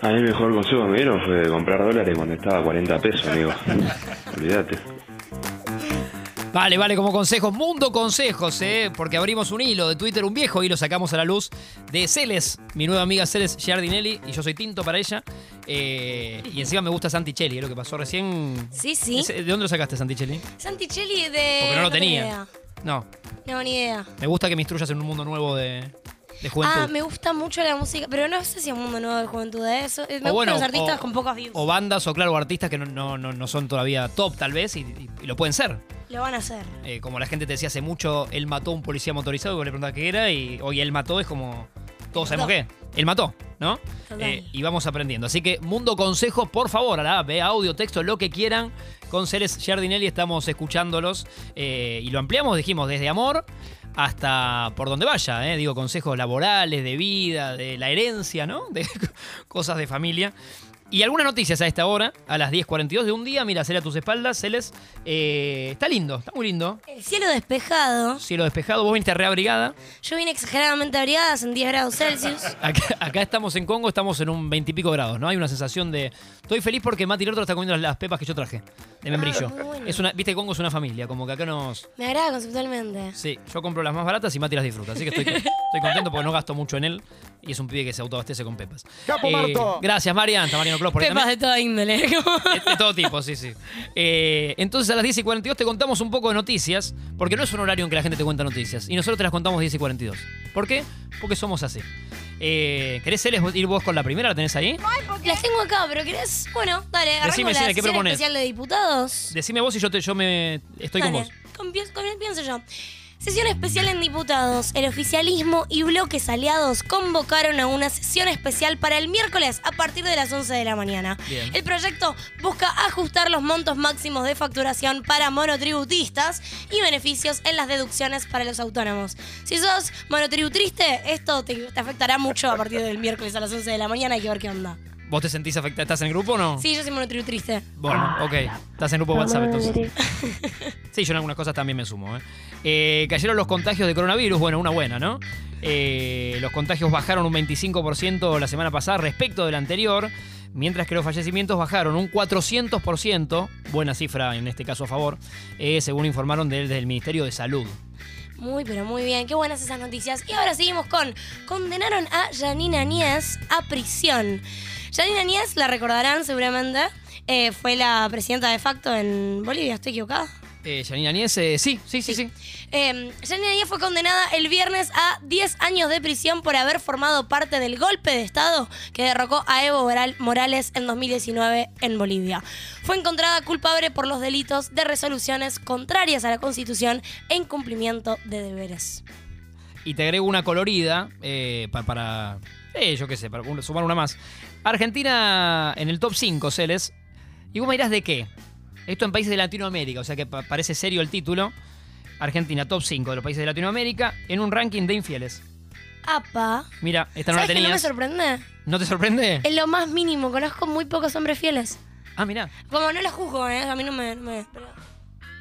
A mí el mejor consejo que me dieron fue comprar dólares cuando estaba a 40 pesos, amigo. Olvídate. Vale, vale, como consejos, mundo consejos, ¿eh? porque abrimos un hilo de Twitter, un viejo hilo, sacamos a la luz de Celes, mi nueva amiga Celes Giardinelli, y yo soy tinto para ella. eh, y encima me gusta Santicelli, es lo que pasó recién. Sí, sí. Ese- ¿De dónde lo sacaste, Santicelli? Santicelli de. Porque no lo tengo tenía. No, idea. No, ni idea. me gusta que me instruyas en un mundo nuevo de, de juventud. Ah, me gusta mucho la música, pero no sé si es un mundo nuevo de juventud de eso. Eh, Me O bueno, gustan los artistas o- con pocas views. O bandas, o claro, artistas que no, no, no, no son todavía top, tal vez, y, y- y lo pueden ser. Lo van a hacer. Eh, como la gente te decía hace mucho, él mató a un policía motorizado y vos le preguntás qué era, y hoy él mató es como. Todos sabemos qué. Él mató, ¿no? Total. Eh, y vamos aprendiendo. Así que, mundo consejo, por favor, a la app, eh, audio, texto, lo que quieran. Con Ceres Giardinelli estamos escuchándolos eh, y lo ampliamos, dijimos, desde amor hasta por donde vaya. eh. Digo, consejos laborales, de vida, de la herencia, ¿no? De cosas de familia. Y algunas noticias a esta hora, a las 10.42 de un día. Mira, Cele a tus espaldas, Celes. eh, está lindo, está muy lindo. El cielo despejado. Cielo despejado, vos viniste reabrigada. Yo vine exageradamente abrigada, en 10 grados Celsius. Acá, acá estamos en Congo, estamos en un veintipico grados, ¿no? Hay una sensación de. Estoy feliz porque Mati Lorto está comiendo las, las pepas que yo traje, de membrillo. muy bueno. es una, Viste, Congo es una familia, como que acá nos. Me agrada conceptualmente. Sí, yo compro las más baratas y Mati las disfruta, así que estoy, estoy contento porque no gasto mucho en él y es un pibe que se autoabastece con pepas. Eh, ¡Capo, Marto! Gracias, Marianta, Mariano Clos, por este ahí también. de toda índole. De, de todo tipo, sí, sí. Eh, entonces a las 10 y 42 te contamos un poco de noticias, porque no es un horario en que la gente te cuenta noticias. Y nosotros te las contamos 10 y 42. ¿Por qué? Porque somos así. Eh, ¿Querés Celes, ir vos con la primera? ¿La tenés ahí? Las tengo acá, pero querés. Bueno, dale, arranco Decime, con la Cine, ¿qué sesión proponés? especial de diputados. Decime vos y yo, te, yo me estoy con Dale, vos. compie- compie- pienso yo. Sesión especial en diputados. El oficialismo y bloques aliados convocaron a una sesión especial para el miércoles a partir de las 11 de la mañana. Bien. El proyecto busca ajustar los montos máximos de facturación para monotributistas y beneficios en las deducciones para los autónomos. Si sos monotributista, esto te, te afectará mucho a partir del miércoles a las 11 de la mañana. Hay que ver qué onda. ¿Vos te sentís afectada? ¿Estás en el grupo o no? Sí, yo soy monotributriste. Bueno, ok. Estás en el grupo de WhatsApp entonces. Sí, yo en algunas cosas también me sumo. ¿eh? Eh, cayeron los contagios de coronavirus. Bueno, una buena, ¿no? Eh, los contagios bajaron un 25% la semana pasada respecto del anterior, mientras que los fallecimientos bajaron un 400%. Buena cifra en este caso a favor, eh, según informaron del- desde el Ministerio de Salud. Muy, pero muy bien. Qué buenas esas noticias. Y ahora seguimos con. Condenaron a Janina Añez a prisión. Janina Añez, la recordarán seguramente, eh, fue la presidenta de facto en Bolivia. ¿Estoy equivocada? Eh, Janine Añez, eh, sí, sí, sí, sí. Eh, Janina Añez fue condenada el viernes a 10 años de prisión por haber formado parte del golpe de Estado que derrocó a Evo Moral- Morales en 2019 en Bolivia. Fue encontrada culpable por los delitos de resoluciones contrarias a la Constitución e incumplimiento de deberes. Y te agrego una colorida eh, pa- para. eh, yo qué sé, para un- sumar una más. Argentina en el top 5, Celes. Y vos me dirás de qué. Esto en países de Latinoamérica, o sea que pa- parece serio el título. Argentina, top 5 de los países de Latinoamérica, en un ranking de infieles. Apa. Mira, esta no la ¿Sabes que no me Eh, tenías. sorprende? ¿No te sorprende? En lo más mínimo, conozco muy pocos hombres fieles. Ah, mira. Como no los juzgo, ¿eh? A mí no me... no me- pero-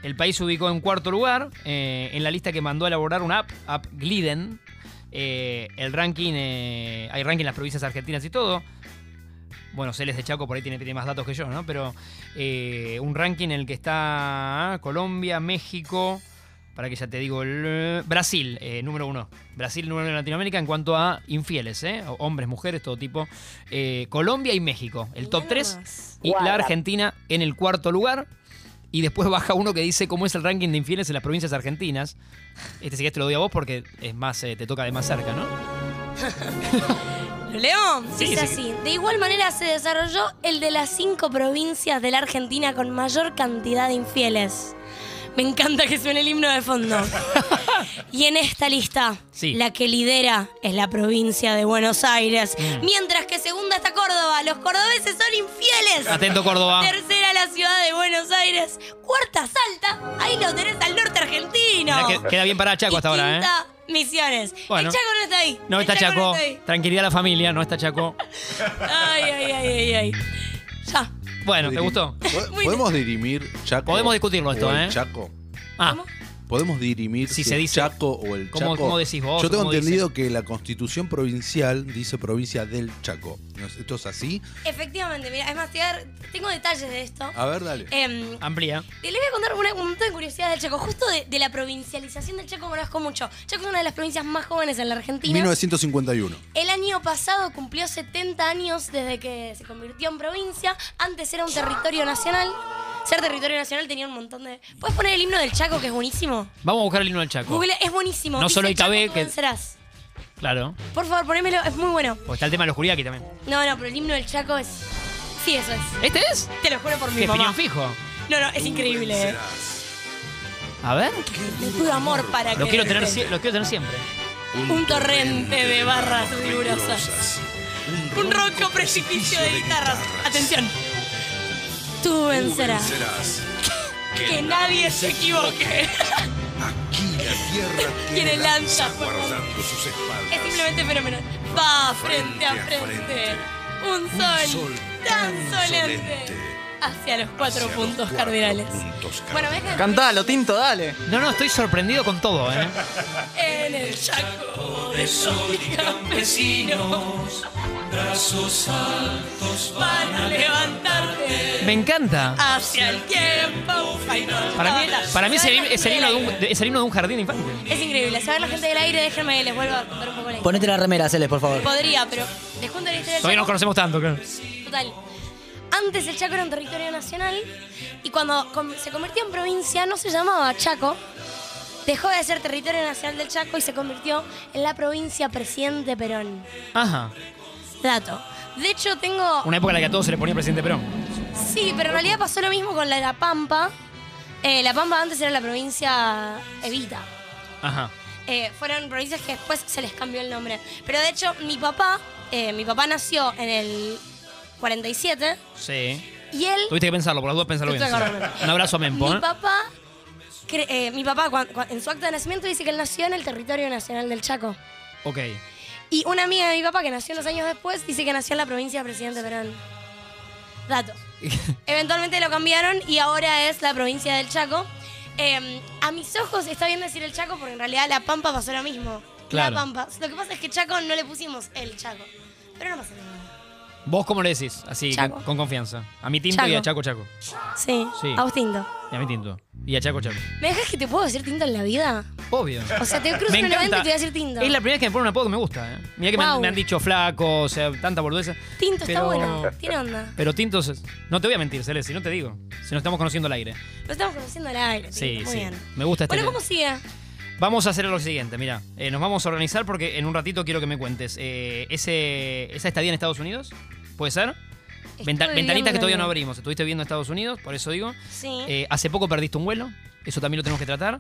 El país se ubicó en cuarto lugar eh, en la lista que mandó a elaborar una app, App Gliden. Eh, el ranking, eh, hay ranking en las provincias argentinas y todo. Bueno, Celes de Chaco por ahí tiene, tiene más datos que yo, ¿no? Pero eh, un ranking en el que está ah, Colombia, México, para que ya te digo, el- Brasil, eh, número uno. Brasil, número uno en Latinoamérica en cuanto a infieles, ¿eh? Hombres, mujeres, todo tipo. Eh, Colombia y México, el top Mirá 3. nomás. Y la Argentina en el cuarto lugar. Y después baja uno que dice cómo es el ranking de infieles en las provincias argentinas. Este sí que te lo doy a vos porque es más, eh, te toca de más cerca, ¿no? ¿Lo leo? Sí, Dice sí. así. De igual manera se desarrolló el de las cinco provincias de la Argentina con mayor cantidad de infieles. Me encanta que suene el himno de fondo. y en esta lista, Sí. la que lidera es la provincia de Buenos Aires. Mm. Mientras que segunda está Córdoba. Los cordobeses son infieles. Atento, Córdoba. Tercera la ciudad de Buenos Aires. Cuarta Salta. Ahí lo tenés al norte argentino. Mirá que- queda bien para Chaco hasta Y ahora, ¿eh? quinta, Misiones. Bueno. El Chaco no está ahí. No El está Chaco. no está ahí. Tranquilidad a la familia, no está Chaco. Ay, ay, ay, ay, ay. Ya. Bueno, ¿te gustó? ¿Po- Muy ¿Podemos dirimir Chaco? Podemos discutirlo esto, o ¿eh? el Chaco. Ah, ¿Cómo? podemos dirimir Si si se es dice- Chaco o el ¿Cómo- Chaco. cómo decís vos? Yo tengo ¿Cómo dice? entendido que la constitución provincial dice provincia del Chaco. ¿No es- ¿Esto es así? Efectivamente, mira, es más, te voy a dar- tengo detalles de esto. Ah. A ver, dale. Em, Amplía. Te les voy a contar una, un montón de curiosidades del Chaco. Justo de, de la provincialización del Chaco conozco mucho. Chaco es una de las provincias más jóvenes en la Argentina. 1951. El año pasado cumplió 70 años desde que se convirtió en provincia. Antes era un territorio nacional. Ser territorio nacional tenía un montón de... ¿Puedes poner el himno del Chaco, que es buenísimo? Vamos a buscar el himno del Chaco. Google, es buenísimo. Oh. No solo Dice, Icabé, Chaco, tú que- vencerás. Claro. Por favor, ponémelo, es muy bueno. O está el tema de los curiaki también. No, no, pero el himno del Chaco es... Sí, eso es. ¿Este es? Te lo juro por mi ¿Qué mamá. piñón fijo? No, no, es increíble. eh. A ver. Le tuve amor para Lo que... quiero tener, sie- lo quiero tener siempre. Un torrente de barras vigorosas. Un ronco precipicio de guitarras. Atención. Tú vencerás. Que nadie se equivoque. Aquí la tierra Tiene tiene lanza, lanza por favor. guardando sus Es espaldas. simplemente fenomenal. Va frente a frente. Un sol tan solente. Hacia los cuatro Hacia los puntos cuatro cardinales. puntos Bueno, me dejan Cantalo, Tinto, dale. No, no, estoy sorprendido con todo, ¿eh? en el chaco de sol y campesinos. Brazos altos van a levantarte. Me encanta. Hacia el tiempo fainoso. Para mí, para mí es, el, Saber la es el gente himno de del un, aire. de- es el himno de un jardín infantil. Es increíble. Saber la gente del aire, déjenme, les vuelvo a contar un poco la historia. Ponete la remera, Celes, por favor. Podría, pero les cuento la historia del Todavía no Chaco. conocemos tanto, claro. Total. Antes el Chaco era un territorio nacional y cuando com- se convirtió en provincia no se llamaba Chaco. Dejó de ser territorio nacional del Chaco y se convirtió en la provincia Presidente Perón. Ajá. Dato. De hecho, tengo. Una época en la que a todos se le ponía presidente Perón. Sí, pero en realidad pasó lo mismo con la de La Pampa. Eh, la Pampa antes era la provincia Evita. Ajá. Eh, fueron provincias que después se les cambió el nombre. Pero de hecho, mi papá, eh, mi papá nació en el 47 Sí. y él. Tuviste que pensarlo, por las dudas pensarlo bien. Estoy sí. acordando. Un abrazo a Mempo, Mi ¿eh? papá, cre- eh, mi papá cuan- cuan- en su acta de nacimiento dice que él nació en el territorio nacional del Chaco. Ok. Y una amiga de mi papá que nació unos años después dice que nació en la provincia de Presidente Perón. Dato. Eventualmente lo cambiaron y ahora es la provincia del Chaco. Eh, a mis ojos está bien decir el Chaco porque en realidad la Pampa pasó lo mismo. Claro. La Pampa. Lo que pasa es que Chaco no le pusimos el Chaco. Pero no pasa nada. ¿Vos cómo le decís? Así, con, Chaco. con confianza. A mi tinto y a Chaco Chaco. Sí. Sí. A vos tinto. Y a mi tinto. Y a Chaco Chaco. ¿Me dejas que te puedo decir tinto en la vida? Obvio. O sea, te cruzo Me en un evento y te encanta. voy a decir tinto. Es la primera vez que me ponen un apodo que me gusta, ¿eh? Mirá que me, han- Guau. me han dicho flaco, o sea, tanta boludeza. Tinto está Pero- bueno, tiene onda. Pero Tinto, se- no te voy a mentir, Cele, si no te digo. Si nos estamos conociendo al aire. Lo estamos conociendo al aire, Tinto, Sí, muy sí. bien. Me gusta este Bueno, tema. ¿cómo sigue? Vamos a hacer lo siguiente, mira. eh, nos vamos a organizar porque en un ratito quiero que me cuentes. eh, ese, ¿Esa estadía en Estados Unidos? ¿Puede ser? Venta- ventanitas Estuve que viendo todavía no la- abrimos. Estuviste viendo Estados Unidos, por eso digo. Sí. Eh, hace poco perdiste un vuelo, eso también lo tenemos que tratar.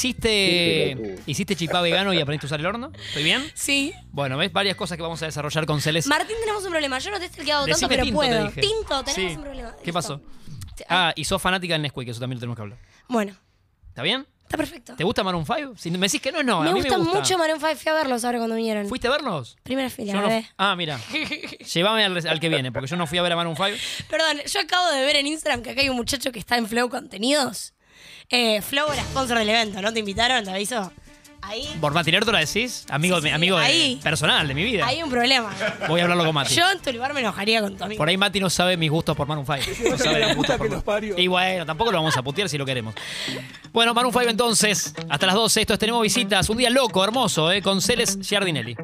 Hiciste, hiciste chipá vegano y aprendiste a usar el horno. ¿Estoy bien? sí. Bueno, ¿ves? Varias cosas que vamos a desarrollar con Celes. Martín, tenemos un problema. Yo no te he stalkeado tanto, Decime pero tinto, puedo. te dije. Tinto, tenemos Sí. un problema. ¿Qué Listo. pasó? Sí, ah, Ah, y sos fanática del Nesquik, eso también lo tenemos que hablar. Bueno, ¿Está bien? está perfecto. ¿Te gusta Maroon 5? Si me decís que no, no. me, a mí gusta me gusta mucho Maroon 5. Fui a verlos ahora cuando vinieron. ¿Fuiste a verlos? Primera fila, eh. Yo no- bebé. Ah, mira. Llévame al, al que viene, porque yo no fui a ver a Maroon 5. Perdón, yo acabo de ver en Instagram que acá hay un muchacho que está en Flow Contenidos. Eh, Flow era sponsor del evento, ¿no? ¿Te invitaron? ¿Te aviso? Ahí Por Mati Lertora decís, amigo, Sí, sí, amigo de- ahí. personal de mi vida. hay un problema. Voy a hablarlo con Mati. Yo en tu lugar me enojaría con tu amigo. Por ahí Mati no sabe mis gustos por Maroon 5. No sabe los gustos por Maroon- Y bueno, tampoco lo vamos a putear si lo queremos. Bueno, Maroon 5 entonces, hasta las 12. Esto es Tenemos Visitas. Un día loco, hermoso, ¿eh? con Celes Giardinelli.